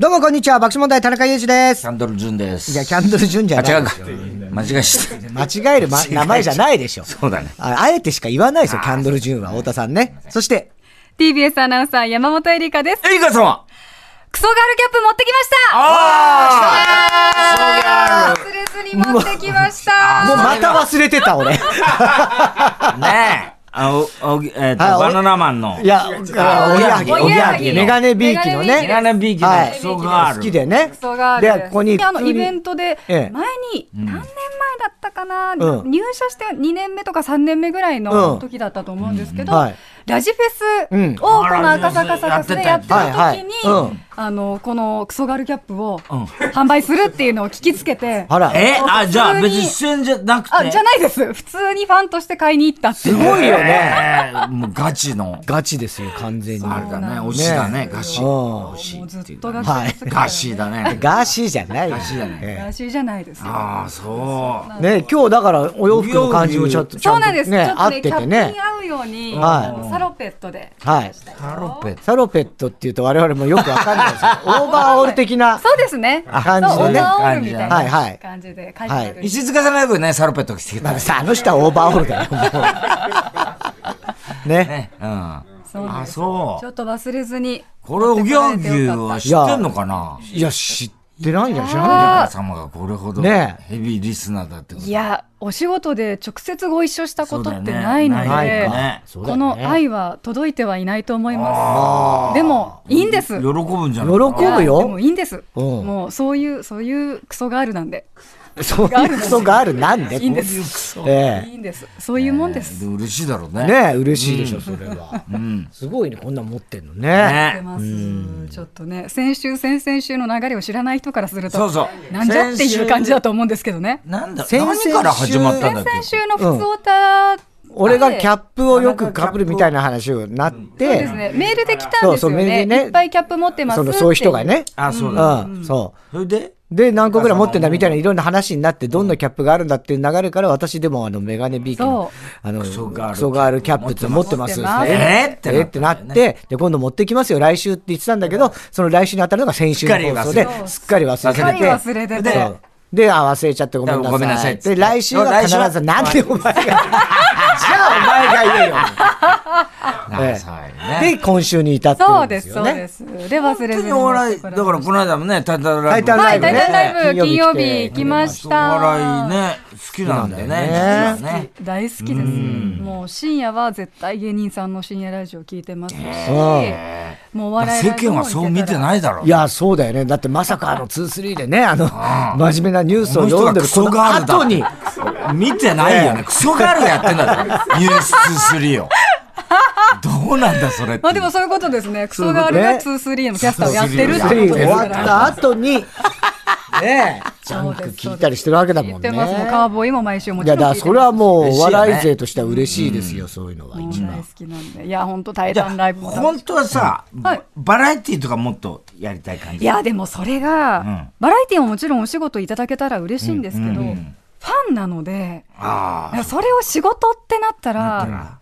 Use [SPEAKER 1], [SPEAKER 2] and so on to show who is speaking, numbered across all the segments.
[SPEAKER 1] こんにちは。爆笑問題、田中裕二です。
[SPEAKER 2] キャンドル・ジュンです。
[SPEAKER 1] いや、キャンドル・ジュンじゃ
[SPEAKER 2] あ、
[SPEAKER 1] ない
[SPEAKER 2] 違う
[SPEAKER 1] で
[SPEAKER 2] か
[SPEAKER 1] すよ。。
[SPEAKER 2] 間違え した。
[SPEAKER 1] 間違える、ま、名前じゃないでしょ。
[SPEAKER 2] そうだね。
[SPEAKER 1] ああえてしか言わないですよ、キャンドル・ジュンは。太田さんね。そして、
[SPEAKER 3] TBS アナウンサー山本エリカです。
[SPEAKER 2] エリカ様
[SPEAKER 3] クソガールキャップ持ってきました
[SPEAKER 2] あ
[SPEAKER 3] 忘れずに持ってきました
[SPEAKER 1] もうまた忘れてた、 俺。
[SPEAKER 2] ーねえ。あお、おぎ、えっと、
[SPEAKER 1] はいお
[SPEAKER 2] バナナマンの。
[SPEAKER 1] いや、あおやはぎ、お
[SPEAKER 3] お
[SPEAKER 1] や
[SPEAKER 3] や
[SPEAKER 1] は
[SPEAKER 3] は
[SPEAKER 1] ぎ。
[SPEAKER 3] ぎ
[SPEAKER 1] メガネビーキの
[SPEAKER 2] メ
[SPEAKER 3] メ
[SPEAKER 1] ね。
[SPEAKER 2] ガネビーキ
[SPEAKER 1] はい
[SPEAKER 2] のクソガール。
[SPEAKER 1] 好きでね。
[SPEAKER 3] クソガール。
[SPEAKER 1] で、ここに、
[SPEAKER 3] あの、イベントで、
[SPEAKER 1] ええ
[SPEAKER 3] 前に、何年前だったかな、
[SPEAKER 1] うん
[SPEAKER 3] 入社して2年目とか3年目ぐらい
[SPEAKER 1] うん
[SPEAKER 3] の時だったと思うんですけど、
[SPEAKER 1] うんはい
[SPEAKER 3] ラジフ
[SPEAKER 1] うん
[SPEAKER 3] ェスをこの赤坂サカスでやって
[SPEAKER 1] はいはい
[SPEAKER 3] た時に、
[SPEAKER 1] うん
[SPEAKER 3] あの、このクソガールキャップを
[SPEAKER 2] ん
[SPEAKER 3] 販売するっていうのを聞きつけて、
[SPEAKER 1] あら、
[SPEAKER 2] えあ、じゃあ
[SPEAKER 3] 普
[SPEAKER 2] 別
[SPEAKER 3] 通に
[SPEAKER 2] に出演じゃなくて。
[SPEAKER 3] あ、じゃないです。普通にファンとして買いに行ったって
[SPEAKER 1] す
[SPEAKER 3] いう。
[SPEAKER 1] ごいよね。
[SPEAKER 2] えーもうガチの。
[SPEAKER 1] ガチですよ、完全に。
[SPEAKER 2] あれだね、推しだね、ガシ。
[SPEAKER 1] うん
[SPEAKER 2] 推し
[SPEAKER 3] もうず
[SPEAKER 2] ってい
[SPEAKER 3] っ
[SPEAKER 2] う
[SPEAKER 3] と
[SPEAKER 2] か
[SPEAKER 3] ガ
[SPEAKER 2] ね。
[SPEAKER 3] シガシ
[SPEAKER 2] ガシだね。
[SPEAKER 1] ガーシーじゃない。ガ
[SPEAKER 2] シーじゃない
[SPEAKER 3] ガシじゃないです。
[SPEAKER 2] ああ、 そう。
[SPEAKER 1] ね、今日だからお洋服の感じもちょっと、ち
[SPEAKER 3] そう
[SPEAKER 1] ゃ
[SPEAKER 3] なんで
[SPEAKER 1] ん
[SPEAKER 3] す。
[SPEAKER 1] と
[SPEAKER 3] ち
[SPEAKER 1] ね、
[SPEAKER 3] ょっ
[SPEAKER 1] 合
[SPEAKER 3] と
[SPEAKER 1] っ
[SPEAKER 3] ね、
[SPEAKER 1] て
[SPEAKER 3] キャ
[SPEAKER 1] て
[SPEAKER 3] ップ
[SPEAKER 1] ね
[SPEAKER 3] に。合うように、
[SPEAKER 1] はい
[SPEAKER 3] あのサロペットで。
[SPEAKER 1] はい。
[SPEAKER 2] タロペット。
[SPEAKER 1] サロペットっていうと我々もよくわかんない ですけどオーバーオール的な。
[SPEAKER 3] そうですね。
[SPEAKER 1] 感じ
[SPEAKER 3] そう
[SPEAKER 1] でね
[SPEAKER 3] オーバーオールみたい
[SPEAKER 1] はいはい
[SPEAKER 3] な感じで書いてある。
[SPEAKER 2] 石塚さんがよくね、サロペット着てき
[SPEAKER 1] ま
[SPEAKER 2] た
[SPEAKER 1] あ。さ、あの人はオーバーオールだよ、もう。ね。
[SPEAKER 2] ね。うん。
[SPEAKER 3] そうなん
[SPEAKER 2] あ、
[SPEAKER 3] です
[SPEAKER 2] そ
[SPEAKER 3] ちょ
[SPEAKER 2] う。
[SPEAKER 3] っと忘れずに。
[SPEAKER 2] これ、おぎゃぎは知ってんのかない
[SPEAKER 1] や、知ってないんじゃない知らないんじゃない
[SPEAKER 2] 皆
[SPEAKER 3] あ
[SPEAKER 2] 様がこれほど
[SPEAKER 1] ね
[SPEAKER 2] ヘビーリスナーだってこと
[SPEAKER 3] いや、お仕事で直接ご一緒したことって
[SPEAKER 2] そうだよね
[SPEAKER 3] ないので、
[SPEAKER 2] な
[SPEAKER 1] ない
[SPEAKER 2] よ
[SPEAKER 1] か。
[SPEAKER 2] ね
[SPEAKER 1] そうだよ
[SPEAKER 3] こ
[SPEAKER 1] ね
[SPEAKER 3] の愛は届いてはいないと思います。でも、いいんです。
[SPEAKER 2] 喜ぶんじゃない
[SPEAKER 1] 喜ぶ
[SPEAKER 3] いやで
[SPEAKER 1] よ
[SPEAKER 3] も。いいんです。
[SPEAKER 1] うん
[SPEAKER 3] もう、そういう、そういうクソガールなんで。
[SPEAKER 1] そういうクソがあるなんで。。
[SPEAKER 3] いいんです
[SPEAKER 1] え
[SPEAKER 3] いいんです。そういうもんです。
[SPEAKER 2] で嬉しいだろう
[SPEAKER 1] え。
[SPEAKER 2] ね。
[SPEAKER 1] ねえ、嬉しいでしょ、それは。すごいね、こんなん持ってんのね。
[SPEAKER 3] って
[SPEAKER 2] ね。
[SPEAKER 3] ます。ちょっとね、先週、先々週の流れを知らない人からすると、
[SPEAKER 2] そうそう
[SPEAKER 3] なんじゃっていう感じだと思うんですけどね。
[SPEAKER 2] なんだ、
[SPEAKER 1] 先々
[SPEAKER 2] 何
[SPEAKER 1] 週
[SPEAKER 2] から始まったんだっけ
[SPEAKER 3] 先々週の普通オタで、
[SPEAKER 1] 俺がキャップをよくかぶるみたいな話をなっ
[SPEAKER 3] そう
[SPEAKER 1] て
[SPEAKER 3] です、ね、メールで来たんです
[SPEAKER 1] そうそ
[SPEAKER 3] よ
[SPEAKER 1] う
[SPEAKER 3] ね。
[SPEAKER 1] メールでね
[SPEAKER 3] いっぱいキャップ持ってます
[SPEAKER 1] そ
[SPEAKER 3] って
[SPEAKER 1] の
[SPEAKER 3] い
[SPEAKER 1] そういう人が。ね。
[SPEAKER 2] あ、そうだ。
[SPEAKER 1] うん、そう。
[SPEAKER 2] それで
[SPEAKER 1] で、何個ぐらい持ってんだみたいないろんな話になって、どんなキャップがあるんだっていう流れから、私でもあの、メガネビーキの
[SPEAKER 3] そ、
[SPEAKER 1] あの、ク
[SPEAKER 2] ソ
[SPEAKER 1] ソ
[SPEAKER 2] ガール
[SPEAKER 1] ガールキャップって持ってます。
[SPEAKER 3] 持ってま
[SPEAKER 1] え
[SPEAKER 3] す
[SPEAKER 2] えー
[SPEAKER 1] えー
[SPEAKER 2] っ
[SPEAKER 1] ってて
[SPEAKER 2] な
[SPEAKER 1] な
[SPEAKER 2] っ
[SPEAKER 1] った
[SPEAKER 2] んだよね
[SPEAKER 1] て、で、今度持ってきますよ、来週って言ってたんだけど、その来週に当たるのが先週の放送で、す
[SPEAKER 3] す
[SPEAKER 1] っかり忘れて
[SPEAKER 3] すっかり忘れてて
[SPEAKER 1] そうで、あ、忘れちゃってごめんなさい。
[SPEAKER 2] ごめんなさいっつって
[SPEAKER 1] で、来週は必
[SPEAKER 2] 来週
[SPEAKER 1] ず、
[SPEAKER 2] は
[SPEAKER 1] なんでお前が。じ ゃあ、お前が言えよ。
[SPEAKER 2] なあさあね。
[SPEAKER 1] で、今週に至ってる
[SPEAKER 3] そうん
[SPEAKER 1] で
[SPEAKER 3] ですす、
[SPEAKER 1] よ
[SPEAKER 3] そう
[SPEAKER 1] ね
[SPEAKER 3] で。す。で、忘れ
[SPEAKER 2] 本当
[SPEAKER 3] ず
[SPEAKER 2] に
[SPEAKER 3] に
[SPEAKER 2] お
[SPEAKER 3] 持っ
[SPEAKER 2] 笑
[SPEAKER 3] て
[SPEAKER 2] い、
[SPEAKER 3] こ
[SPEAKER 2] だ
[SPEAKER 3] れました。
[SPEAKER 2] からこの間もね、タイタンラ
[SPEAKER 1] タ
[SPEAKER 2] イブ。
[SPEAKER 1] イタンラ
[SPEAKER 3] は
[SPEAKER 1] イ
[SPEAKER 3] い、
[SPEAKER 1] ブ
[SPEAKER 3] タイ
[SPEAKER 1] ね
[SPEAKER 3] タンライブ、
[SPEAKER 1] 金
[SPEAKER 3] 金
[SPEAKER 1] 曜
[SPEAKER 3] 曜
[SPEAKER 1] 日来て
[SPEAKER 3] 日来まし
[SPEAKER 2] お
[SPEAKER 3] た。
[SPEAKER 2] 笑いね、好きなんだよね。ね
[SPEAKER 3] 大好きです。もう深夜は絶対芸人さんの深夜ラジオ聞いてますし、もうお笑い
[SPEAKER 2] 世間はそう見て
[SPEAKER 3] い。
[SPEAKER 2] ないだろう
[SPEAKER 1] い。や、そうだよね。だってまさかあの、2-3でね、あの、真面目なニュース
[SPEAKER 2] こ
[SPEAKER 1] を
[SPEAKER 2] の人
[SPEAKER 1] 読
[SPEAKER 2] が
[SPEAKER 1] んでる
[SPEAKER 2] ク
[SPEAKER 1] こ
[SPEAKER 2] ソ
[SPEAKER 1] の
[SPEAKER 2] ガールだ
[SPEAKER 1] 後に、
[SPEAKER 2] 見てないよね。クソガールがやってんだぞ。ニュース3を。どうなんだ、それって。
[SPEAKER 3] まあでもそういうことですね。クソガールが2-3のキャスターをやってるって
[SPEAKER 1] ス
[SPEAKER 3] こ
[SPEAKER 1] リー
[SPEAKER 3] と
[SPEAKER 1] 終
[SPEAKER 3] です
[SPEAKER 1] わ
[SPEAKER 3] か
[SPEAKER 1] っ
[SPEAKER 3] ら。
[SPEAKER 1] た後に、ねえ、ジャンク聞いたりしてるわけだも
[SPEAKER 3] 言
[SPEAKER 1] ん
[SPEAKER 3] っ
[SPEAKER 1] ね。
[SPEAKER 3] てますもん。カーボーイも毎週も
[SPEAKER 1] い
[SPEAKER 3] ちろ
[SPEAKER 1] や、
[SPEAKER 3] ん
[SPEAKER 1] だから
[SPEAKER 3] 聞いてます。
[SPEAKER 1] それはもう、お
[SPEAKER 2] 嬉しいよね
[SPEAKER 1] 笑い勢としては嬉しいですよ、そういうのは。一番
[SPEAKER 3] 大好きなんで。いや、本当タイタンライブも楽しみ
[SPEAKER 2] 本当はさ、
[SPEAKER 3] はい
[SPEAKER 2] バラエティーとかもっとやりたい感
[SPEAKER 3] い
[SPEAKER 2] じ。
[SPEAKER 3] やでもそれが、バラエティーももちろんお仕事いただけたら嬉しいんですけど、ファンなので
[SPEAKER 2] あ
[SPEAKER 3] いやそれを仕事ってなったら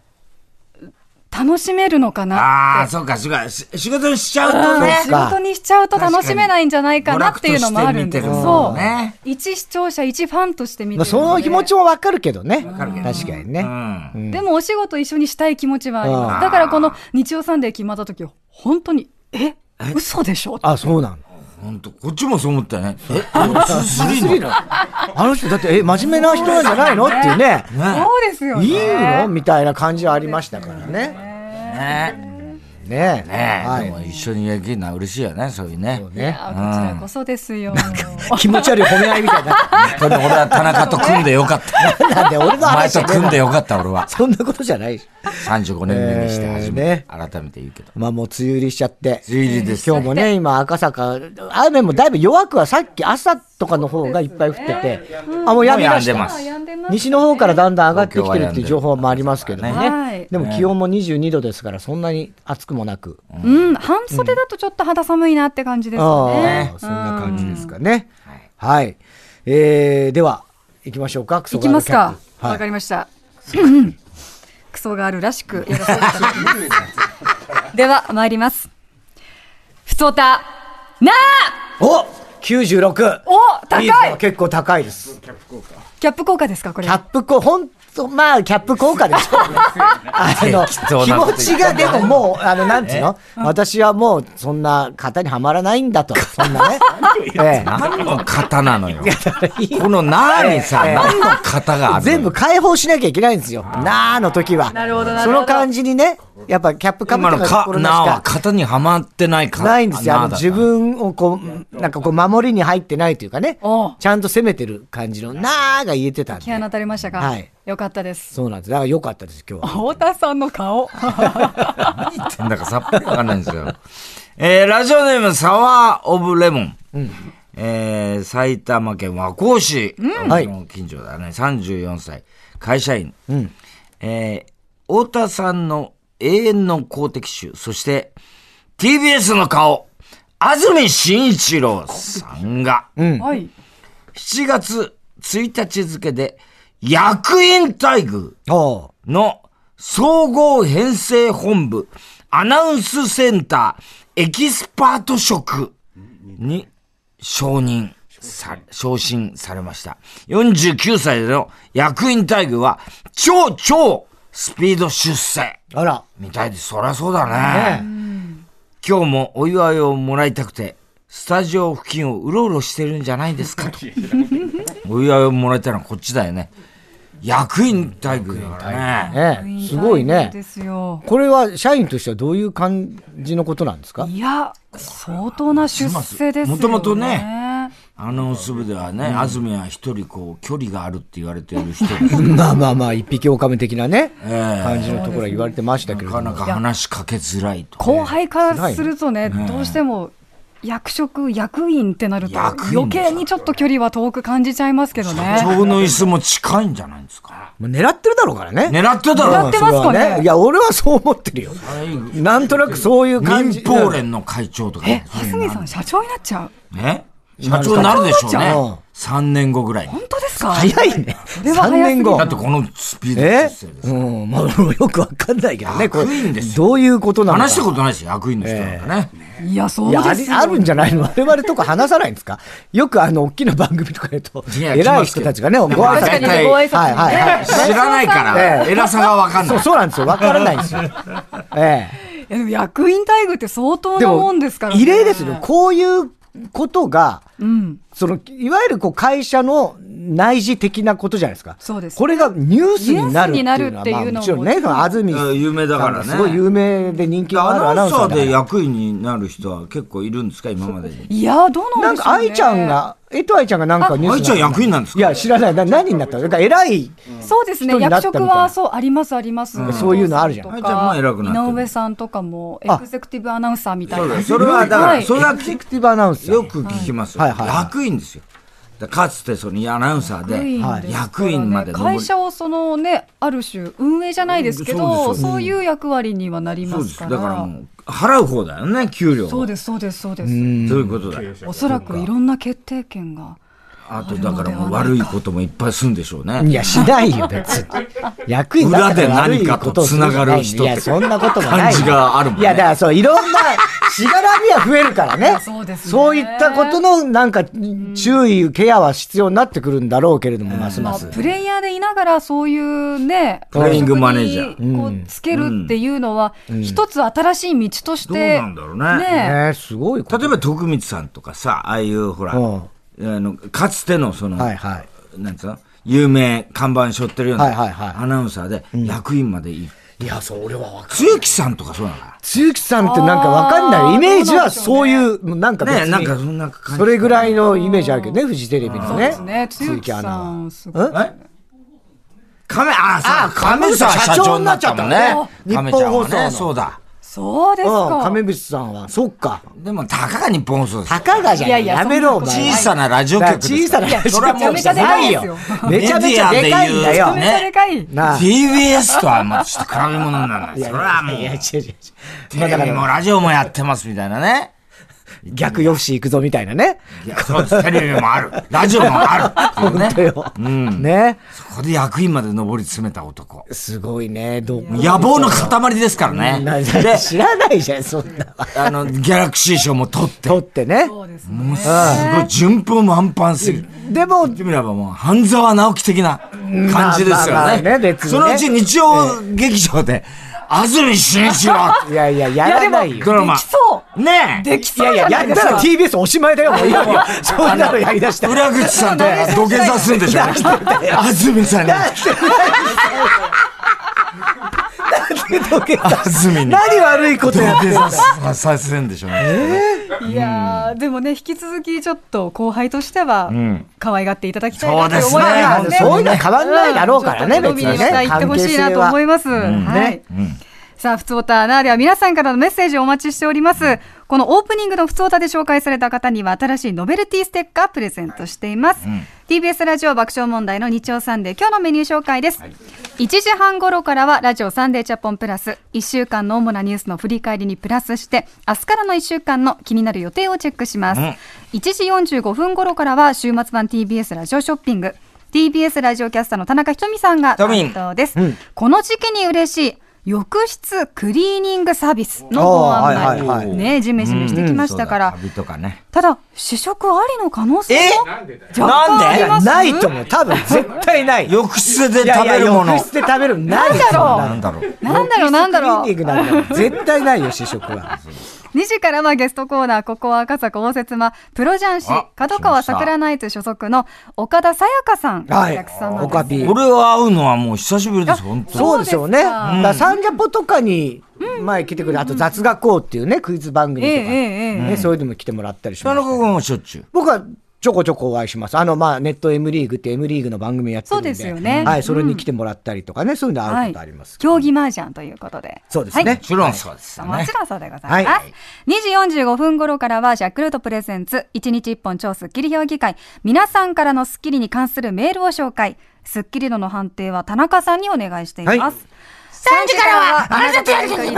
[SPEAKER 3] 楽しめるのか
[SPEAKER 2] あ。ああ、
[SPEAKER 3] なって
[SPEAKER 2] そうか、そうか。し仕事にしちゃうとね。
[SPEAKER 1] そ
[SPEAKER 3] 仕
[SPEAKER 1] うか
[SPEAKER 3] 事にしちゃうと楽しめないんじゃないかなっていうのもあるんです
[SPEAKER 2] 娯楽として見てるも
[SPEAKER 3] そ
[SPEAKER 2] ん
[SPEAKER 3] う、
[SPEAKER 2] ね
[SPEAKER 3] 一視聴者一ファンとして見て
[SPEAKER 1] まあ
[SPEAKER 3] る
[SPEAKER 1] その気持ち
[SPEAKER 3] を
[SPEAKER 1] もわかるけどね。確かにね。
[SPEAKER 2] うん。
[SPEAKER 3] でもお仕事一緒にしたい気持ちはありま
[SPEAKER 1] あ
[SPEAKER 3] すだからこの日曜サンデー決まった時本当にえ嘘でしょ
[SPEAKER 1] あ、そうなの。
[SPEAKER 2] 本当こっちもそう思ったよね。え、2-3の
[SPEAKER 1] あの人、だって、え、真面目な人なんじゃないのっていうね。
[SPEAKER 2] ね
[SPEAKER 3] そうですよね
[SPEAKER 1] いいのみたいな感じはありましたからね。
[SPEAKER 2] ね
[SPEAKER 1] ねえ。
[SPEAKER 2] ね
[SPEAKER 1] は
[SPEAKER 2] でも
[SPEAKER 1] い。
[SPEAKER 2] 一緒にできるのは嬉しいよね、そういうね。
[SPEAKER 3] い
[SPEAKER 1] ね
[SPEAKER 3] やこちらこそですよ
[SPEAKER 1] 気持ち悪い褒め合いみたいにな って
[SPEAKER 2] これ俺は田中と組んでよ かった。
[SPEAKER 1] る。なんで、俺の
[SPEAKER 2] お前
[SPEAKER 1] 話
[SPEAKER 2] と
[SPEAKER 1] はね
[SPEAKER 2] 組んでよかった、俺は。
[SPEAKER 1] そんなことじゃないし。
[SPEAKER 2] 35年目にして初めて、改めて言うけど。
[SPEAKER 1] まあもう梅雨入りしちゃって。
[SPEAKER 2] 梅雨入りです
[SPEAKER 1] 今日もね、今赤坂、雨もだいぶ弱くはさっき朝とかの方がいっぱい降ってて。あ、もうやみまし
[SPEAKER 2] もうやん
[SPEAKER 1] た
[SPEAKER 2] でま。す
[SPEAKER 3] やんでます
[SPEAKER 1] 西の方からだんだん上がってきてるっていう情報もありますけど
[SPEAKER 2] 東京は
[SPEAKER 3] やんでます
[SPEAKER 1] ね
[SPEAKER 3] ね。
[SPEAKER 1] でも気温も22度ですから、そんなに暑くもなく。
[SPEAKER 3] うん、半袖だとちょっと肌寒いなって感じですよね。
[SPEAKER 1] ああ、そんな感じですかね。はい。えーでは、行きましょうか。クソ
[SPEAKER 3] い
[SPEAKER 1] ガ
[SPEAKER 3] き
[SPEAKER 1] ー
[SPEAKER 3] ま
[SPEAKER 1] ル
[SPEAKER 3] す
[SPEAKER 1] キャッ
[SPEAKER 3] か
[SPEAKER 1] プ。
[SPEAKER 3] わ、
[SPEAKER 1] はい
[SPEAKER 3] かりました。うん クソがあるらしくよろしくお願いします。では、参ります。ふつおた、なあ
[SPEAKER 1] お !96!
[SPEAKER 3] お高い
[SPEAKER 1] ビーズは結構高いです。
[SPEAKER 3] キャップ効果ですかこれ
[SPEAKER 1] キャップ効ほんと、まあ、キャップ効果でしょうね。あの、
[SPEAKER 2] 適当
[SPEAKER 1] 気
[SPEAKER 2] なこと
[SPEAKER 1] 持
[SPEAKER 2] 言った
[SPEAKER 1] ちがでももう、あの、なんていうの私はもう、そんな型にはまらないん だと。そんなね。ええ
[SPEAKER 2] 何の型なのよ。このなーにさ、何の型があるの
[SPEAKER 1] 全部解放しなきゃいけないんですよ。なーの時は。
[SPEAKER 3] なるほどなる
[SPEAKER 1] そ
[SPEAKER 3] ほど
[SPEAKER 1] の感じにね、やっぱキャップかぶっ
[SPEAKER 2] 今
[SPEAKER 1] た
[SPEAKER 2] の
[SPEAKER 1] と
[SPEAKER 2] か
[SPEAKER 1] ころ、な
[SPEAKER 2] な
[SPEAKER 1] し
[SPEAKER 2] は
[SPEAKER 1] か
[SPEAKER 2] 型にはまってないか。
[SPEAKER 1] ないんですよ。あの
[SPEAKER 2] なだった
[SPEAKER 1] 自分をこう、なんかこう、守りに入ってないというかね
[SPEAKER 3] おう。
[SPEAKER 1] ちゃんと攻めてる感じの、なーが言えてたん
[SPEAKER 3] 毛穴
[SPEAKER 1] で。
[SPEAKER 3] 当たりましたか、
[SPEAKER 1] はい
[SPEAKER 3] よかったです
[SPEAKER 1] そうなんです。だから良かったです、今日は。
[SPEAKER 3] 太田さんの顔
[SPEAKER 2] 何言ってんだかさっぱりわかんないんですよ。えー、ラジオネーム、サワー・オブ・レモン。えー、埼玉県和光市。
[SPEAKER 1] はい
[SPEAKER 2] の近所だね。34歳。会社員。えー、太田さんの永遠の公的集、そして、TBS の顔、安住紳一郎さんが、
[SPEAKER 3] はい
[SPEAKER 2] 7月1日付で、役員待遇。
[SPEAKER 1] おう
[SPEAKER 2] の総合編成本部アナウンスセンターエキスパート職に承認さ、昇進されました。49歳での役員待遇は超超スピード出世
[SPEAKER 1] あら。
[SPEAKER 2] みたいです。そりゃそうだね。今日もお祝いをもらいたくて、スタジオ付近をうろうろしてるんじゃないですかと。お祝いをもらえたのはこっちだよね。役員待遇だからね。
[SPEAKER 1] ねえ、すごい
[SPEAKER 3] 大
[SPEAKER 1] ね。
[SPEAKER 3] 変ですよ
[SPEAKER 1] これは社員としてはどういう感じのことなんですか
[SPEAKER 3] いや相当な出世ですよね
[SPEAKER 2] もともとねアナウンス部ではね、安住は一人こう、距離があるって言われている人で す。
[SPEAKER 1] まあまあまあ、一匹狼的なね、
[SPEAKER 2] ええ
[SPEAKER 1] 感じのところは言われてましたけれ
[SPEAKER 2] な
[SPEAKER 1] ど
[SPEAKER 2] か
[SPEAKER 1] も。
[SPEAKER 2] なか話しかけづらいと。
[SPEAKER 3] 後輩からするとねどうしても役職役員ってなると
[SPEAKER 2] 役員
[SPEAKER 3] 余計にちょっと距離は遠く感じちゃいますけどね
[SPEAKER 2] 社長の椅子も近いんじゃないですか。
[SPEAKER 1] もう狙ってるだろうからね。
[SPEAKER 2] 狙ってた
[SPEAKER 3] 狙
[SPEAKER 2] ろ
[SPEAKER 3] ってます
[SPEAKER 1] そ
[SPEAKER 3] かね
[SPEAKER 1] れはねいや、俺はそう思ってるよ。なんとなくそういう感
[SPEAKER 2] 民
[SPEAKER 1] じ。
[SPEAKER 2] 放連の会長とか。
[SPEAKER 3] え蓮見さん社長になっちゃう
[SPEAKER 2] ね社長になるでしょう
[SPEAKER 1] なる
[SPEAKER 2] ね。3年後ぐらいに。
[SPEAKER 3] 本当ですか
[SPEAKER 1] 早いね。
[SPEAKER 3] れは
[SPEAKER 1] 3
[SPEAKER 3] 早すぎる
[SPEAKER 1] 年後
[SPEAKER 2] だっ。てこのスピード
[SPEAKER 1] え
[SPEAKER 2] 出世です。
[SPEAKER 1] うん、まあ、俺もよくわかんないけどね、これ
[SPEAKER 2] 役員です。よ
[SPEAKER 1] どういうことなのか。
[SPEAKER 2] 話したことないですよ、役員の人なんかね。
[SPEAKER 3] いやそう
[SPEAKER 1] い
[SPEAKER 3] で
[SPEAKER 1] やあ
[SPEAKER 3] す
[SPEAKER 1] り
[SPEAKER 3] よ
[SPEAKER 1] あるんじゃないの我々とか話さないんですかよくあの、大きな番組とか言うと、
[SPEAKER 2] いや
[SPEAKER 1] 偉い人たちがね、ご
[SPEAKER 2] 来ま
[SPEAKER 1] 挨
[SPEAKER 2] すけ
[SPEAKER 1] 拶
[SPEAKER 2] ど
[SPEAKER 1] に
[SPEAKER 2] ね
[SPEAKER 3] ご挨拶にね
[SPEAKER 1] はいはいはい。
[SPEAKER 2] 知らないから、
[SPEAKER 1] ええ
[SPEAKER 2] 偉さがわかんな
[SPEAKER 1] そう
[SPEAKER 2] い。
[SPEAKER 1] そうなんですよ。わからないん ですよ。え
[SPEAKER 3] いやでも役員待遇って相当
[SPEAKER 1] え。
[SPEAKER 3] なもんですからね
[SPEAKER 1] 異例ですよ。こういうことが、
[SPEAKER 3] うん
[SPEAKER 1] その、いわゆるこう会社の内示的なことじゃないですか。
[SPEAKER 3] そうです
[SPEAKER 1] これがニュースになるって
[SPEAKER 3] ニュースになるって
[SPEAKER 1] い
[SPEAKER 3] いう
[SPEAKER 1] のは、
[SPEAKER 3] うのも
[SPEAKER 1] まあもちろんね、その安住さんが
[SPEAKER 2] 有名だからね
[SPEAKER 1] すごい有名で人気がある
[SPEAKER 2] ア
[SPEAKER 1] アナウ
[SPEAKER 2] ナウ
[SPEAKER 1] ン
[SPEAKER 2] ン
[SPEAKER 1] サ
[SPEAKER 2] サ
[SPEAKER 1] ー
[SPEAKER 2] ー
[SPEAKER 1] だか
[SPEAKER 2] で
[SPEAKER 1] ら。
[SPEAKER 2] 役員になる人は結構いるんですか、今までに。
[SPEAKER 3] いやどうな
[SPEAKER 1] なんん
[SPEAKER 3] でしょうね
[SPEAKER 1] か、愛ちゃんが、えと愛ちゃんがなんかニュースにな
[SPEAKER 2] 愛ちゃん役員なんです
[SPEAKER 1] い
[SPEAKER 2] か
[SPEAKER 1] や、知らない。な何になったのなんか偉い。
[SPEAKER 3] そうです
[SPEAKER 1] 人
[SPEAKER 3] ね
[SPEAKER 1] になっ
[SPEAKER 3] 役
[SPEAKER 1] たみたい
[SPEAKER 3] 職
[SPEAKER 1] な
[SPEAKER 3] はそうありますあります、
[SPEAKER 1] そういうのあるじゃん
[SPEAKER 3] とか
[SPEAKER 2] あじゃあまあ偉くなってる
[SPEAKER 3] 井上さんとかもエグゼクティブアナウンサーみたいな
[SPEAKER 2] そうだよそれはだから、それは
[SPEAKER 1] エグゼクティブアナウンサー。
[SPEAKER 2] よく聞きますよ。
[SPEAKER 1] はいはいはい
[SPEAKER 2] 役員ですよ。だからかつてそのアナウンサ
[SPEAKER 3] 役員ですから
[SPEAKER 2] ー
[SPEAKER 3] ね
[SPEAKER 2] で、役員まで上り
[SPEAKER 3] 会社をそのねある種運営じゃないですけ
[SPEAKER 2] そ
[SPEAKER 3] ど、
[SPEAKER 2] うですそうです
[SPEAKER 3] そういう役割にはなり
[SPEAKER 2] そ
[SPEAKER 3] ま
[SPEAKER 2] うですす。
[SPEAKER 3] か
[SPEAKER 2] だ
[SPEAKER 3] ら
[SPEAKER 2] からもう、払う方だよね、給料を。
[SPEAKER 3] そうですそうですそうです、
[SPEAKER 2] そういうことだよ。
[SPEAKER 3] おそらくいろんな決定権が
[SPEAKER 2] あとだからもう悪いこともいっぱいするんでしょうね。
[SPEAKER 1] いや、しないよ、別に。役員だったら悪いことをするじゃない
[SPEAKER 2] 裏で何かと繋がる人
[SPEAKER 1] いや、そんなこともない。
[SPEAKER 2] 感じがあるもんね
[SPEAKER 1] いや、だからそう、いろんな、しがらみは増えるからね。
[SPEAKER 3] そうですね
[SPEAKER 1] そういったことの、なんか、注意、ケアは必要になってくるんだろうけれども、ます
[SPEAKER 3] ま
[SPEAKER 1] ま
[SPEAKER 3] あ、
[SPEAKER 1] す。
[SPEAKER 3] プレイヤーでいながらそういうね、
[SPEAKER 2] プレイングマネージャー
[SPEAKER 3] 役職にこうつけるっていうのは、一つ新しい道とし
[SPEAKER 2] どう
[SPEAKER 3] て、
[SPEAKER 2] なんだろうね
[SPEAKER 1] ねえ、すごいこと。
[SPEAKER 2] 例えば徳光さんとかさ、ああいうほら、
[SPEAKER 1] うん
[SPEAKER 2] あのかつてのその、
[SPEAKER 1] はいはい
[SPEAKER 2] なんつうの、有名看板背負ってるような、
[SPEAKER 1] はいはいはい
[SPEAKER 2] アナウンサーで役員まで行く。
[SPEAKER 1] いや、そう、俺はわかんない。
[SPEAKER 2] 露木さんとかそうなのか
[SPEAKER 1] つゆきさんってなんかわかん
[SPEAKER 3] あ
[SPEAKER 1] ない。
[SPEAKER 3] ー
[SPEAKER 1] イメージはそういう、なんか
[SPEAKER 2] な。
[SPEAKER 1] 別
[SPEAKER 2] ねえ、なんかそ
[SPEAKER 1] に。
[SPEAKER 2] んな感じ。
[SPEAKER 1] それぐらいのイメージあるけどね、フジテレビの
[SPEAKER 3] そう
[SPEAKER 1] ね
[SPEAKER 3] です。ね、つゆき
[SPEAKER 1] アナ
[SPEAKER 3] さ
[SPEAKER 1] は。
[SPEAKER 3] ん、すごい。
[SPEAKER 2] え亀、あ、さ
[SPEAKER 1] あ、
[SPEAKER 2] 亀さん
[SPEAKER 1] 亀さん
[SPEAKER 2] 社長になっちゃったもんね。
[SPEAKER 1] 日本
[SPEAKER 2] 亀ちゃん
[SPEAKER 1] 放
[SPEAKER 2] は
[SPEAKER 1] 送の
[SPEAKER 2] ね、そうだ。
[SPEAKER 3] そうです
[SPEAKER 1] うん、
[SPEAKER 3] か。
[SPEAKER 1] 亀渕さんは。そっか。
[SPEAKER 2] でも、たかが日本放送ですよ
[SPEAKER 1] たかがじゃない
[SPEAKER 3] い
[SPEAKER 1] や
[SPEAKER 3] やいや
[SPEAKER 1] めろ、お
[SPEAKER 3] そん
[SPEAKER 1] 前。
[SPEAKER 2] 小さなラジオ局です
[SPEAKER 1] 小さなラジオ
[SPEAKER 2] それはもう
[SPEAKER 1] 局じゃないよ。め
[SPEAKER 2] め
[SPEAKER 1] ち
[SPEAKER 2] ち
[SPEAKER 1] ゃ
[SPEAKER 2] ゃ
[SPEAKER 1] め
[SPEAKER 2] め
[SPEAKER 1] ち
[SPEAKER 2] ち
[SPEAKER 1] ゃ
[SPEAKER 2] ゃ
[SPEAKER 1] で
[SPEAKER 2] で
[SPEAKER 1] か
[SPEAKER 2] か
[SPEAKER 1] い
[SPEAKER 2] い
[SPEAKER 1] んだ
[SPEAKER 2] んだ
[SPEAKER 1] よ
[SPEAKER 2] よ。
[SPEAKER 3] めちゃでかい。
[SPEAKER 1] なあ。
[SPEAKER 2] TBS とはまあちょっと比べ物にならない。それはもう
[SPEAKER 1] い、や、違う違う違う。
[SPEAKER 2] テレビもラジオもやってますみたいなね。
[SPEAKER 1] 逆ヨッシー行くぞみたいなね。
[SPEAKER 2] いや、そうです。テレビもある。ラジオもある。
[SPEAKER 1] 本当よ。ね。
[SPEAKER 2] そこで役員まで上り詰めた男。
[SPEAKER 1] すごいね。どう
[SPEAKER 2] 野望の塊ですから
[SPEAKER 1] な
[SPEAKER 2] ね。で、
[SPEAKER 1] 知らないじゃん、そんな。
[SPEAKER 2] あの、ギャラクシー賞も取って。
[SPEAKER 1] 取ってね。
[SPEAKER 3] そうです
[SPEAKER 2] も
[SPEAKER 3] ね
[SPEAKER 2] うすごい、順風満帆すぎる。
[SPEAKER 1] でも、
[SPEAKER 2] 言ってみればもう、半沢直樹的な感じです
[SPEAKER 1] まあまあま
[SPEAKER 2] よ
[SPEAKER 1] あね
[SPEAKER 2] ね。
[SPEAKER 1] 別にね
[SPEAKER 2] そのうち日曜劇場で、安住紳一郎
[SPEAKER 1] いやいや、やらないよ。
[SPEAKER 2] ドラマ
[SPEAKER 3] でき。そ
[SPEAKER 2] ね
[SPEAKER 3] う
[SPEAKER 2] え。
[SPEAKER 3] でき
[SPEAKER 1] い
[SPEAKER 3] そ
[SPEAKER 1] や
[SPEAKER 3] う
[SPEAKER 1] い
[SPEAKER 3] じゃ
[SPEAKER 1] や、
[SPEAKER 3] な
[SPEAKER 1] や
[SPEAKER 3] いで
[SPEAKER 1] っ
[SPEAKER 3] す
[SPEAKER 1] た
[SPEAKER 3] から
[SPEAKER 1] TBS おしまいだよ、もういやいや、そんなのやりだしたら。
[SPEAKER 2] 裏口さんと土下座するんでしょ安住さんに。
[SPEAKER 1] 土下座
[SPEAKER 2] 安住に。
[SPEAKER 1] 何悪いこと
[SPEAKER 2] 土
[SPEAKER 1] やってんだ
[SPEAKER 2] 下座させるんでしょうね。
[SPEAKER 3] いやーでもね引き続きちょっと後輩としては可愛がっていただきたいなって思い
[SPEAKER 2] そ
[SPEAKER 3] ま
[SPEAKER 2] う
[SPEAKER 3] す
[SPEAKER 2] です
[SPEAKER 3] ね。
[SPEAKER 2] ね
[SPEAKER 1] そういうのは変わんないだろうからね、
[SPEAKER 3] ちょっ
[SPEAKER 1] 別
[SPEAKER 3] と
[SPEAKER 1] に
[SPEAKER 3] ちょっと伸び
[SPEAKER 1] ね。
[SPEAKER 3] にまた行ってほしいなと思います。はい。さあ、ふつおたならでは皆さんからのメッセージをお待ちしております。このオープニングのふつおたで紹介された方には新しいノベルティステッカープレゼントしています。TBS ラジオ爆笑問題の日曜サンデー、今日のメニュー紹介です。1時半頃からはラジオサンデーチャポンプラス、1週間の主なニュースの振り返りにプラスして、明日からの1週間の気になる予定をチェックします。1時45分頃からは週末版 TBS ラジオショッピング。TBS ラジオキャスターの田中ひとみさんが
[SPEAKER 2] ひとみん
[SPEAKER 3] 担当です、この時期に嬉しい浴室クリーニングサービスのご案内、
[SPEAKER 1] あーはいはいはい
[SPEAKER 3] ねジメジメしてきましたから、
[SPEAKER 2] 旅とかね。
[SPEAKER 3] ただ試食ありの可能性も若
[SPEAKER 2] なんで
[SPEAKER 3] 干あ
[SPEAKER 1] い
[SPEAKER 3] り
[SPEAKER 1] や
[SPEAKER 3] ます
[SPEAKER 1] ないと思う。多分、絶対ない。
[SPEAKER 2] 浴室で食べるも
[SPEAKER 1] いやいや
[SPEAKER 2] の
[SPEAKER 1] 浴。室で食べるものない
[SPEAKER 3] なんだろう
[SPEAKER 2] なんだろう。
[SPEAKER 3] なんだろうなんだろう
[SPEAKER 1] クリーニングなんだ絶対ないよ、試食は。
[SPEAKER 3] 2時からはゲストコーナー、ここは赤坂応接間、プロ雀士
[SPEAKER 2] あ、
[SPEAKER 3] 角川桜ナイツ所属の岡田さやかさん、
[SPEAKER 1] は
[SPEAKER 3] お
[SPEAKER 1] い
[SPEAKER 3] 客さん。なん
[SPEAKER 1] オ
[SPEAKER 3] です
[SPEAKER 1] カピ
[SPEAKER 2] こ。れは会うのはもう久しぶりです、本当。
[SPEAKER 1] そうでしょうね。
[SPEAKER 3] そう
[SPEAKER 1] だ
[SPEAKER 3] です
[SPEAKER 1] か
[SPEAKER 3] から
[SPEAKER 1] サンジャポとかに前来てくれ、あと雑学王っていうね、クイズ番組と
[SPEAKER 3] え
[SPEAKER 1] か、
[SPEAKER 3] ええええ
[SPEAKER 1] ね、そういうのも来てもらったりしま
[SPEAKER 2] 田
[SPEAKER 1] した
[SPEAKER 2] 中君もしょっちゅう。
[SPEAKER 1] 僕はちょこちょこお会いします。あの、まあ、ネット M リーグって M リーグの番組やってるんで。
[SPEAKER 3] そうですよね
[SPEAKER 1] はい、それに来てもらったりとかね、そういうのあることあります。
[SPEAKER 3] 競技麻雀ということで。
[SPEAKER 1] そうですね
[SPEAKER 3] はい
[SPEAKER 2] もちろんそうですよ
[SPEAKER 3] も
[SPEAKER 2] ね
[SPEAKER 3] ち。ろんそうでございます。
[SPEAKER 1] はい
[SPEAKER 3] 2時45分頃からは、ジャックルートプレゼンツ、1日1本超スッキリ評議会、皆さんからのスッキリに関するメールを紹介。スッキリ度の判定は田中さんにお願いしています。
[SPEAKER 1] はい
[SPEAKER 3] 3時からは、あなたとやるとき、ド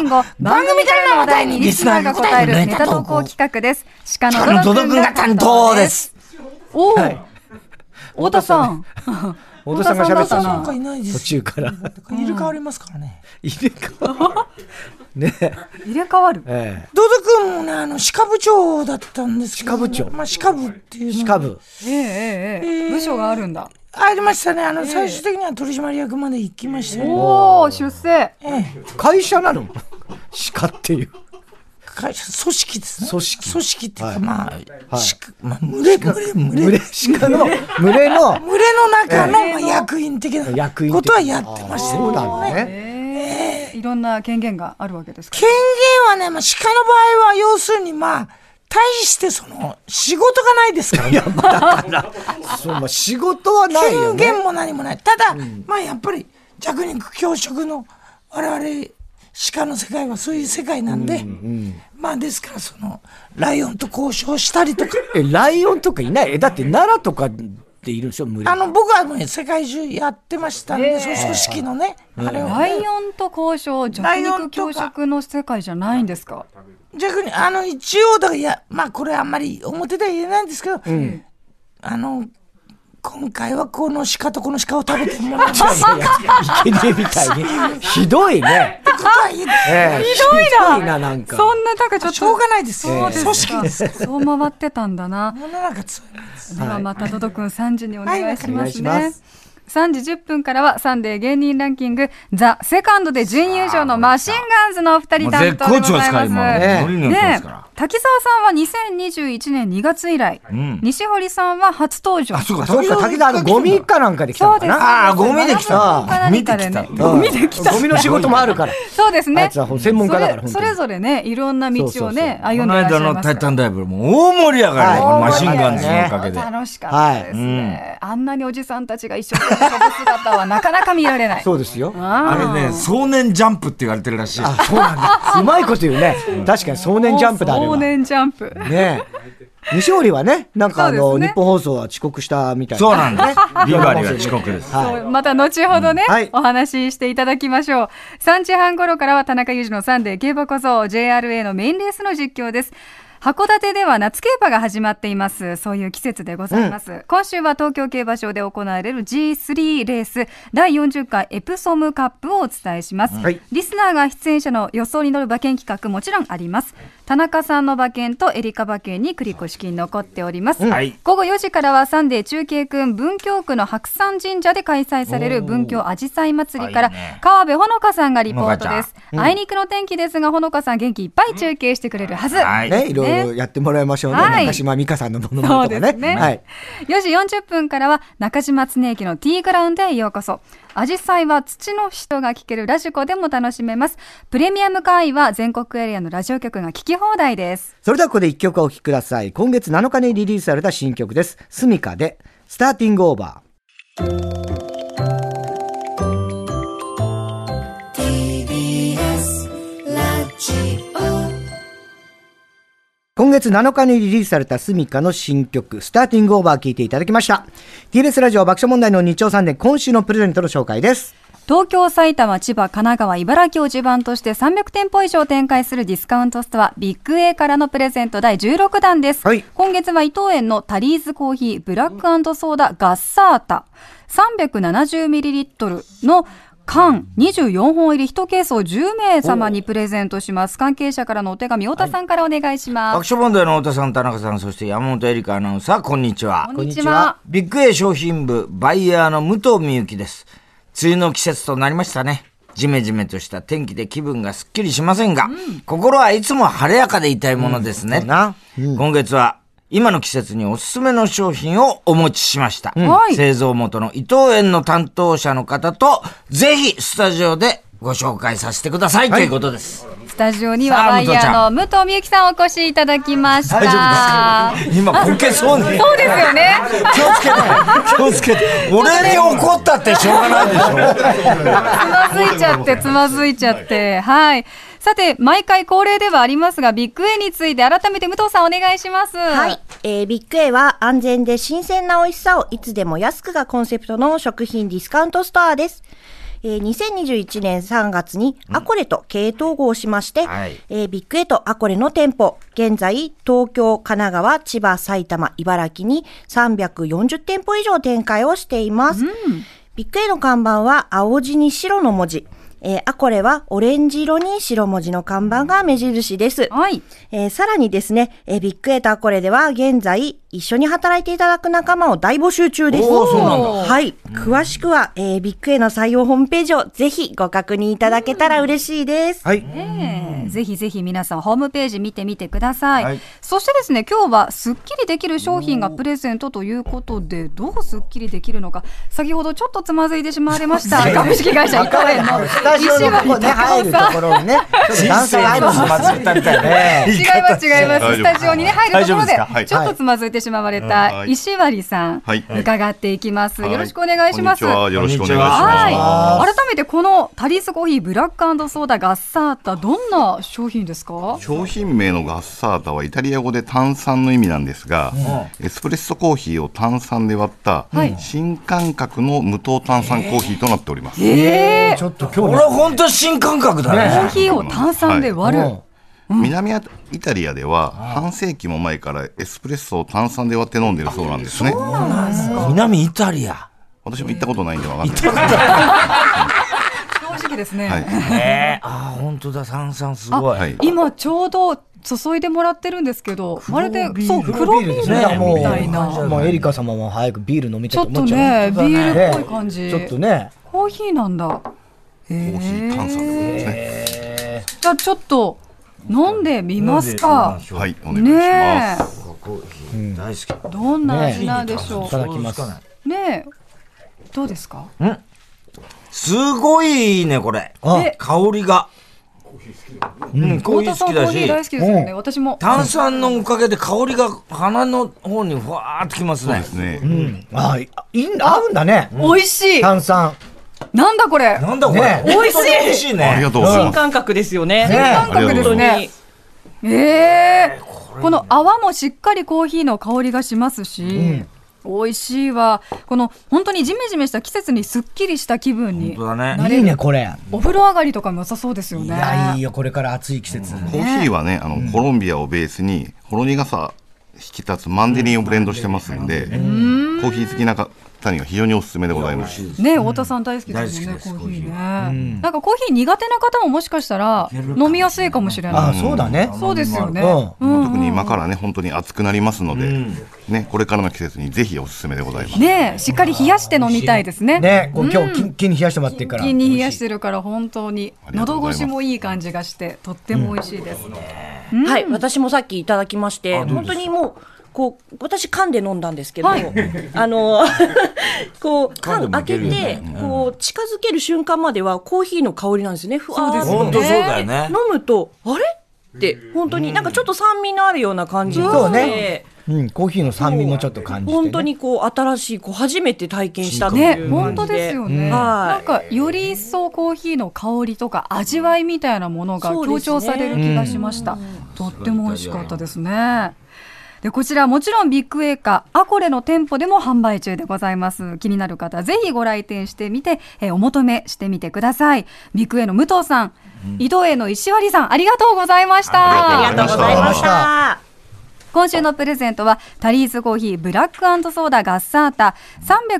[SPEAKER 3] ミンゴ、番組からの話題にリスナーが答えるネタ投稿企画です。鹿
[SPEAKER 2] ド
[SPEAKER 3] のド
[SPEAKER 2] ド
[SPEAKER 3] ド
[SPEAKER 2] 君
[SPEAKER 3] 君
[SPEAKER 2] が
[SPEAKER 3] が
[SPEAKER 2] 担
[SPEAKER 3] 担
[SPEAKER 2] 当
[SPEAKER 3] 当
[SPEAKER 2] で
[SPEAKER 3] です。
[SPEAKER 2] す。
[SPEAKER 3] おお、
[SPEAKER 1] はい
[SPEAKER 3] 太田さん。
[SPEAKER 1] 太田さんが喋ってた
[SPEAKER 3] 太田さん
[SPEAKER 1] な
[SPEAKER 3] だ
[SPEAKER 2] いないで
[SPEAKER 1] 途。中から。
[SPEAKER 2] イルカありますからね。
[SPEAKER 1] 入れ替わる。ね
[SPEAKER 3] 入れ替わる。
[SPEAKER 1] え。
[SPEAKER 2] ドド君もね、あの、鹿部長だったんですけど。
[SPEAKER 1] 鹿部長
[SPEAKER 2] まあ、鹿部っていう
[SPEAKER 1] し
[SPEAKER 2] の
[SPEAKER 1] かぶ。
[SPEAKER 3] ええええええ部署があるんだ。
[SPEAKER 2] ありましたね。あの、最終的には取締役まで行きましたよね。
[SPEAKER 3] おお、出世。
[SPEAKER 2] ええ
[SPEAKER 1] 会社なの鹿っていう。
[SPEAKER 2] 会社、組織ですね。
[SPEAKER 1] 組織
[SPEAKER 2] 組織っていう
[SPEAKER 1] は
[SPEAKER 2] か、
[SPEAKER 1] い
[SPEAKER 2] まあ、しかまあ、群れ、群れ、群れ。
[SPEAKER 1] 群れ、鹿の、群れの
[SPEAKER 2] 群れの中のまあ役員的な
[SPEAKER 1] 役員。
[SPEAKER 2] ことはやってました
[SPEAKER 1] あーそう
[SPEAKER 2] よ
[SPEAKER 1] なんだね。
[SPEAKER 3] ええいろんな権限があるわけですか
[SPEAKER 2] 権限はね、まあ、鹿の場合は、要するにまあ、大してその、仕事がない ですからね。
[SPEAKER 1] そう、まあ、仕事はないよ
[SPEAKER 2] 権
[SPEAKER 1] ね。
[SPEAKER 2] 限も何もない。ただ、まあやっぱり、弱肉強食の、我々、鹿の世界はそういう世界なんで、まあですから、その、ライオンと交渉したりとか、
[SPEAKER 1] え、ライオンとかいないえ、だって奈良とかっているでしょ群れ。
[SPEAKER 2] あの、僕はもう世界中やってましたんで、その組織のね、あれを、
[SPEAKER 3] ら。
[SPEAKER 2] ね。
[SPEAKER 3] ライオンと交渉、弱
[SPEAKER 2] ライオンとか
[SPEAKER 3] 肉強食の世界じゃないんですか。
[SPEAKER 2] 逆に、あの、一応、だから、いや、まあ、これあんまり表では言えないんですけど、あの、今回はこの鹿とこの鹿を食べてもらうとか
[SPEAKER 1] 生贄みたいに。ひどいね。
[SPEAKER 2] は言って、
[SPEAKER 1] ええ
[SPEAKER 3] ひどいな。
[SPEAKER 1] ひどいな、なんか。
[SPEAKER 3] そんな、なんかちょっと。
[SPEAKER 2] しょうがないですよ。
[SPEAKER 3] そう
[SPEAKER 2] 組
[SPEAKER 3] です
[SPEAKER 2] 織
[SPEAKER 3] か。そう回ってたんだな。
[SPEAKER 2] 世の中強いもんです。
[SPEAKER 3] ではまたドドくん3時にお願いしますね。
[SPEAKER 1] はいお願いします
[SPEAKER 3] 3時10分からはサンデー芸人ランキングザ・セカンドで準優勝のマシンガンズのお二人担当でございます。
[SPEAKER 1] ね
[SPEAKER 2] 無理にやってま
[SPEAKER 3] ね
[SPEAKER 2] すから。、
[SPEAKER 3] 滝沢さんは2021年2月以来、西堀さんは初登場。
[SPEAKER 2] うか
[SPEAKER 1] そうか、滝沢、あの、ゴミ一家なんかで来た
[SPEAKER 3] そ
[SPEAKER 1] の
[SPEAKER 3] う
[SPEAKER 1] か
[SPEAKER 3] です。
[SPEAKER 1] な。
[SPEAKER 2] あーゴミで来た
[SPEAKER 3] 7分か何かでね
[SPEAKER 2] ゴミで来た
[SPEAKER 1] うん
[SPEAKER 3] ゴミで来た。
[SPEAKER 1] ゴミの仕事もあるから。
[SPEAKER 3] そうです
[SPEAKER 1] あ
[SPEAKER 3] ね。
[SPEAKER 1] いつは専門家だから、
[SPEAKER 3] それそれ
[SPEAKER 1] 本
[SPEAKER 3] ぞれね、いろんな
[SPEAKER 1] そ
[SPEAKER 3] 道
[SPEAKER 1] うそ
[SPEAKER 3] を
[SPEAKER 1] うそう
[SPEAKER 3] ね、歩
[SPEAKER 2] こ
[SPEAKER 3] んで
[SPEAKER 2] の
[SPEAKER 3] いらっし
[SPEAKER 2] 間
[SPEAKER 3] ゃ
[SPEAKER 2] の
[SPEAKER 3] いますから。
[SPEAKER 2] タイタンライブも大盛り上がり。このマシンガンズのおかげで。
[SPEAKER 3] 楽しかったですね、あんなにおじさんたちが一緒に遊ぶ姿はなかなか見られな
[SPEAKER 1] 当
[SPEAKER 3] い。
[SPEAKER 1] そうですよ。
[SPEAKER 3] あー
[SPEAKER 2] あれね、少年ジャンプって言われてるらしい。
[SPEAKER 1] そうなんだ。うまいこと言うね。確かに少年ジャンプだ、あれは。
[SPEAKER 3] 少
[SPEAKER 1] ね
[SPEAKER 3] 年ジャンプ。
[SPEAKER 1] え。西堀はね、なんかあ
[SPEAKER 3] そう
[SPEAKER 1] の、
[SPEAKER 3] ですね
[SPEAKER 1] 日本放送は遅刻したみたいな。
[SPEAKER 2] そうなんです。ビバリーは遅刻です。
[SPEAKER 1] はい。
[SPEAKER 3] また後ほどね、
[SPEAKER 1] うんはい
[SPEAKER 3] お話ししていただきましょう。3時半頃からは田中裕二のサンデー競馬こそ JRA のメインレースの実況です。函館では夏競馬が始まっています。そういう季節でございます。うん、今週は東京競馬場で行われる G3 レース第40回エプソムカップをお伝えします。はい、リスナーが出演者の予想に乗る馬券企画もちろんあります。田中さんの馬券とエリカ馬券に繰り越し金残っております。はい、午後4時からはサンデー中継くん文京区の白山神社で開催される文京あじさい祭りから、ね、川辺ほのかさんがリポートです。うん、あいにくの天気ですが、ほのかさん元気いっぱい中継してくれるはず。
[SPEAKER 1] はい、ね、いろいろやってもらいましょうね。はい、中島美香さんのものまね。ね。ねはい。
[SPEAKER 3] 4時40分からは中島恒之のティーグラウンドへようこそ。アジサイは土の人が聴けるラジコでも楽しめます。プレミアム会員は全国エリアのラジオ局が聴き放題です。
[SPEAKER 1] それではここで1曲お聴きください。今月7日にリリースされた新曲です。スミカで、スターティングオーバー。今月7日にリリースされたスミカの新曲、スターティングオーバー聴いていただきました。TBS ラジオ爆笑問題の日曜サンデー、今週のプレゼントの紹介です。
[SPEAKER 3] 東京、埼玉、千葉、神奈川、茨城を地盤として300店舗以上展開するディスカウントストア、ビッグ A からのプレゼント第16弾です。はい、今月は伊藤園のタリーズコーヒー、ブラックソーダ、ガッサータ、370ml の缶24本入り1ケースを10名様にプレゼントします。関係者からのお手紙、太田さんからお願いします。
[SPEAKER 2] 爆笑問題の太田さん、田中さん、そして山本エリカアナウンサー、こんにちは。
[SPEAKER 3] こんにちは。
[SPEAKER 2] ビッグ A 商品部、バイヤーの武藤美幸です。梅雨の季節となりましたね。ジメジメとした天気で気分がすっきりしませんが、うん、心はいつも晴れやかでいたいものですね。うんうん、今月は今の季節におすすめの商品をお持ちしました。うん、製造元の伊藤園の担当者の方と、ぜひスタジオでご紹介させてください、はい、ということです。
[SPEAKER 3] スタジオにはバイヤーの武藤美幸さんお越しいただきました。
[SPEAKER 2] 丈
[SPEAKER 3] 大
[SPEAKER 2] 夫です今こけそうね。
[SPEAKER 3] そうですよね。
[SPEAKER 2] 気をつけて、気をつ けて。俺に怒ったってしょうがないでしょ。
[SPEAKER 3] つまずいちゃって、つまずいちゃって。はい。さて、毎回恒例ではありますが、ビッグ A について改めて武藤さんお願いします。
[SPEAKER 4] はい。えー、ビッグ A は安全で新鮮な美味しさをいつでも安くがコンセプトの食品ディスカウントストアです。えー、2021年3月にアコレと経営統合しまして、うんはい、えー、ビッグエとアコレの店舗、現在、東京、神奈川、千葉、埼玉、茨城に340店舗以上展開をしています。うん、ビッグエの看板は青地に白の文字。えー、アコレはオレンジ色に白文字の看板が目印です。はい。えー、さらにですね、えー、ビッグエーターアコレでは現在一緒に働いていただく仲間を大募集中です。
[SPEAKER 2] おそうなんだ。
[SPEAKER 4] はい。うん、詳しくは、えー、ビッグエーの採用ホームページをぜひご確認いただけたら嬉しいです。
[SPEAKER 2] はい。
[SPEAKER 3] えー、ぜひぜひ皆さんホームページ見てみてください。はい、そしてですね、今日はスッキリできる商品がプレゼントということで、どうスッキリできるのか、先ほどちょっとつまず いてしまわれました。株式会社イカレンの。
[SPEAKER 1] スタジオのここね、入るところにね、
[SPEAKER 2] 男性アイロスまずったみたいね。
[SPEAKER 3] 違います違います。スタジオにね、入るところで、ちょっとつまずいてしまわれた石割さん、伺っていきます。よろしくお願いします。。
[SPEAKER 5] よろしくお願いします
[SPEAKER 3] 改めてこのタリースコーヒーブラックソーダガッサータ、どんな商品ですか
[SPEAKER 5] 商品名のガッサータはイタリア語で炭酸の意味なんですが、エスプレッソコーヒーを炭酸で割った新感覚の無糖炭酸コーヒーとなっております。
[SPEAKER 2] えー、ちょっと今日俺は本当新感覚だね。
[SPEAKER 3] コーヒーを炭酸で割る。
[SPEAKER 5] 南イタリアでは半世紀も前からエスプレッソを炭酸で割って飲んでるそうなんですね。
[SPEAKER 2] 南イタリア。
[SPEAKER 5] 私も行ったことないんでわかんない。
[SPEAKER 3] 正直ですね。
[SPEAKER 2] はい、えー、あ本当だ炭酸すごい。
[SPEAKER 3] 今ちょうど注いでもらってるんですけど、まるでそう黒ビールみたいな。
[SPEAKER 1] もうエリカ様も早くビール飲み
[SPEAKER 3] たいと思っちゃう。ちょっとねビールっぽい感じ。
[SPEAKER 1] ちょっとね。
[SPEAKER 3] コーヒーなんだ。
[SPEAKER 5] コーヒー炭酸でございますね。
[SPEAKER 3] じゃあちょっと飲んでみますか。
[SPEAKER 5] はい、お願いします。
[SPEAKER 2] コーヒー大好
[SPEAKER 3] き。どんな味なんでしょう。い
[SPEAKER 1] ただきます。
[SPEAKER 3] ねどうですか。
[SPEAKER 2] うん。すごいいいねこれ。香りが。
[SPEAKER 3] うん、コーヒー好きだし。大好きですよね。私も。
[SPEAKER 2] 炭酸のおかげで香りが鼻の方にふわーっときますね。
[SPEAKER 5] そうです
[SPEAKER 1] ね。うん。あ、いい合うんだね。
[SPEAKER 3] 美味しい。
[SPEAKER 1] 炭酸。
[SPEAKER 3] なんだこれ。
[SPEAKER 2] なんだこれ。
[SPEAKER 6] 美味しい。。
[SPEAKER 2] 美味しいね。あ
[SPEAKER 5] りがとうございます
[SPEAKER 6] 新感覚ですよね。
[SPEAKER 3] 新感覚ですね。ええ。この泡もしっかりコーヒーの香りがしますし。美味しいわ。この本当にジメジメした季節にすっきりした気分に。
[SPEAKER 2] 本当だね。
[SPEAKER 3] 慣れ
[SPEAKER 1] いい
[SPEAKER 3] る
[SPEAKER 1] ね、これ。
[SPEAKER 3] お風呂上がりとかも良さそうですよね。
[SPEAKER 1] いや、いいよ、これから暑い季節。
[SPEAKER 5] コーヒーはね、あの、コロンビアをベースに、ほろ苦さ引き立つマンデリンをブレンドしてますんで、コーヒー好きな方には非常におすすめでございます。
[SPEAKER 3] ね、太田さん大好きですよ
[SPEAKER 2] 大好き
[SPEAKER 3] ね、コ
[SPEAKER 2] です
[SPEAKER 3] ーヒーね。なんかコーヒー苦手な方ももしかしたら飲みやすいかもしれ
[SPEAKER 1] あ
[SPEAKER 3] な
[SPEAKER 1] あ、そうだね
[SPEAKER 3] い。。そうですよね。
[SPEAKER 1] う
[SPEAKER 3] うん
[SPEAKER 5] 特に今からね、本当に暑くなりますので、ね、これからの季節にぜひおすすめでございます。
[SPEAKER 3] ねえ、しっかり冷やして飲みたいですね。
[SPEAKER 1] ね、こう今日、キンキンに冷やしてもらってるから。
[SPEAKER 3] 一気に冷やしてるから本当に
[SPEAKER 5] ありがとう
[SPEAKER 3] 喉
[SPEAKER 5] ございま
[SPEAKER 3] 越
[SPEAKER 5] す
[SPEAKER 3] しもいい感じがしてとっても美味しいです。
[SPEAKER 4] はい、私もさっきいただきまして、
[SPEAKER 2] どうですか
[SPEAKER 4] 本当にもう、こう、私噛んで飲んだんですけど、
[SPEAKER 3] はい
[SPEAKER 4] あの、 こう、
[SPEAKER 2] 噛んで
[SPEAKER 4] 缶
[SPEAKER 2] も
[SPEAKER 4] 開
[SPEAKER 2] いけ
[SPEAKER 4] け
[SPEAKER 2] るよ
[SPEAKER 4] て、こう、近づける瞬間まではコーヒーの香りなんですよね、ふわーっ
[SPEAKER 3] そう
[SPEAKER 4] と。
[SPEAKER 2] 本当そうだよね
[SPEAKER 4] 飲。むと、あれって、本当になんかちょっと酸味のあるような感じがして
[SPEAKER 1] そうね。うん、コーヒーの酸味もちょっと感じてね。
[SPEAKER 4] 本当にこう、新しい、こう、初めて体験したって
[SPEAKER 3] ね
[SPEAKER 4] い、う
[SPEAKER 3] 本
[SPEAKER 4] 感
[SPEAKER 3] 当
[SPEAKER 4] じで。
[SPEAKER 3] ですよね。
[SPEAKER 4] ん
[SPEAKER 3] な
[SPEAKER 4] は
[SPEAKER 3] ん
[SPEAKER 4] い
[SPEAKER 3] かより一層コーヒーの香りとか味わいみたいなものが強調される気がしました。とっても美味しかったですね。でこちらもちろんビッグエーカーアコレの店舗でも販売中でございます気になる方はぜひご来店してみて、えーお求めしてみてくださいビッグエーの武藤さん、井戸エーの石割さんありがとうございました
[SPEAKER 5] あ
[SPEAKER 4] ありがとうございました。
[SPEAKER 3] 今週のプレゼントはタリーズコーヒーブラックソーダガッサータ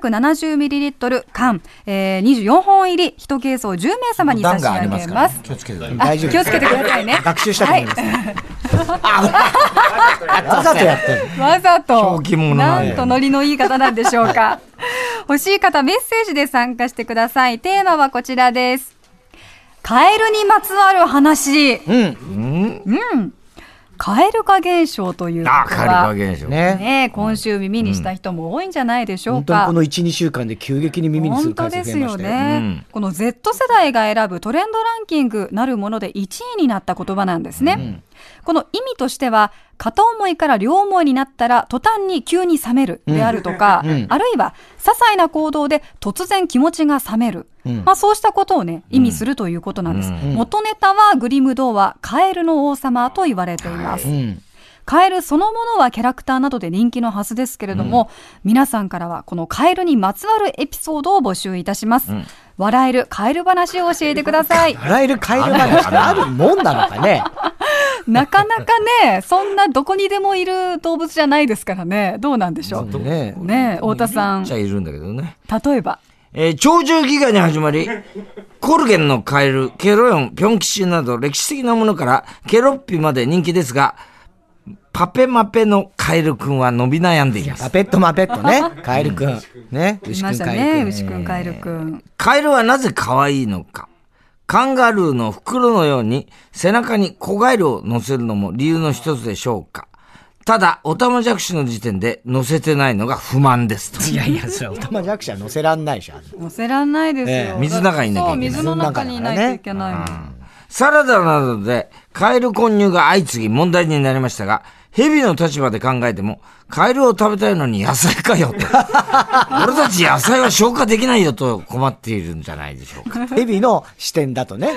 [SPEAKER 3] 370ml 缶、えー、24本入り1ケースを10名様に差
[SPEAKER 2] 段
[SPEAKER 3] し
[SPEAKER 2] があ
[SPEAKER 3] 上
[SPEAKER 2] りま
[SPEAKER 3] げ
[SPEAKER 2] すから
[SPEAKER 3] ま
[SPEAKER 2] ね
[SPEAKER 3] す。
[SPEAKER 2] 気をつけてください。
[SPEAKER 3] あ
[SPEAKER 1] 大丈夫
[SPEAKER 3] 気をつけてくださいね
[SPEAKER 1] 学習したと思います はい、わざとやってる。
[SPEAKER 3] わざと
[SPEAKER 2] 小規模な
[SPEAKER 3] なんとノリのいい方なんでしょうか欲しい方メッセージで参加してくださいテーマはこちらですカエルにまつわる話
[SPEAKER 1] うん、
[SPEAKER 3] カエル化現象というの
[SPEAKER 2] あ、カ
[SPEAKER 3] は
[SPEAKER 2] ルカ現象。
[SPEAKER 1] ね。
[SPEAKER 3] ね今週耳にした人も多いんじゃないでしょう
[SPEAKER 1] 本当に
[SPEAKER 3] か、
[SPEAKER 1] この1、2週間で急激に耳にする
[SPEAKER 3] 本当
[SPEAKER 1] 回数
[SPEAKER 3] で
[SPEAKER 1] 増
[SPEAKER 3] す
[SPEAKER 1] えまし
[SPEAKER 3] よ
[SPEAKER 1] たよ。
[SPEAKER 3] ね、
[SPEAKER 2] うん
[SPEAKER 3] この Z 世代が選ぶトレンドランキングなるもので1位になった言葉なんですね、この意味としては片思いから両思いになったら途端に急に冷めるであるとか、あるいは些細な行動で突然気持ちが冷める、まあ、そうしたことをね意味するということなんです、元ネタはグリム童話「カエルの王様」と言われています、
[SPEAKER 1] うん、
[SPEAKER 3] カエルそのものはキャラクターなどで人気のはずですけれども、皆さんからはこのカエルにまつわるエピソードを募集いたします、笑えるカエル話を教えてください
[SPEAKER 1] 笑えるカエル話ってあるもんなのかね。
[SPEAKER 3] なかなかねそんなどこにでもいる動物じゃないですからねどうなんでしょう
[SPEAKER 1] ね
[SPEAKER 3] ねえ太田さん
[SPEAKER 2] じゃあいるんだけどね。
[SPEAKER 3] 例えば
[SPEAKER 2] えー、鳥獣戯画に始まり、コルゲンのカエル、ケロヨン、ピョンキシなど歴史的なものからケロッピまで人気ですが、パペマペのカエルくんは伸び悩んでいます
[SPEAKER 1] パ。ペットマペットね、カエルくん。ね、
[SPEAKER 3] い
[SPEAKER 1] 牛く
[SPEAKER 3] ま
[SPEAKER 1] ん
[SPEAKER 3] した
[SPEAKER 1] カ
[SPEAKER 3] ね
[SPEAKER 1] エル
[SPEAKER 3] 牛くんカエルくん
[SPEAKER 2] カエルはなぜ可愛いのか。カンガルーの袋のように背中に子ガエルを乗せるのも理由の一つでしょうか。ただ、オタマジャクシの時点で乗せてないのが不満ですと。
[SPEAKER 1] くん。いやいや、それはオタマジャクシは乗せらんないでしょ。
[SPEAKER 3] 乗せらんないですよ、
[SPEAKER 1] ええ
[SPEAKER 2] 水の中にいなきゃいけな
[SPEAKER 3] そう
[SPEAKER 2] い
[SPEAKER 3] 水の中にいないといけないもん、
[SPEAKER 2] サラダなどでカエル混入が相次ぎ問題になりましたが、ヘビの立場で考えても、カエルを食べたいのに野菜かよと。俺たち野菜は消化できないよと困っているんじゃないでしょうか。
[SPEAKER 1] ヘビの視点だとね、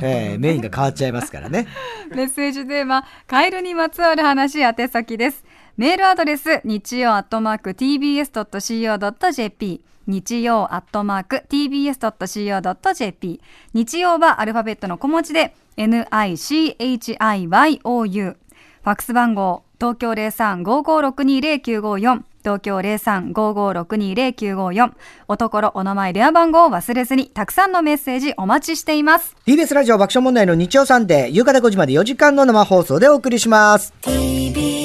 [SPEAKER 1] えーメインが変わっちゃいますからね。
[SPEAKER 3] メッセージテーマ、カエルにまつわる話、宛先です。メールアドレス、日曜アットマーク tbs.co.jp。日曜アットマーク tbs.co.jp。日曜はアルファベットの小文字で、nichiou。ファックス番号、東京03-55620954。東京03-55620954。おところ、お名前、電話番号を忘れずに、たくさんのメッセージお待ちしています。
[SPEAKER 1] TBS ラジオ爆笑問題の日曜サンデー、夕方5時まで4時間の生放送でお送りします。
[SPEAKER 6] TBS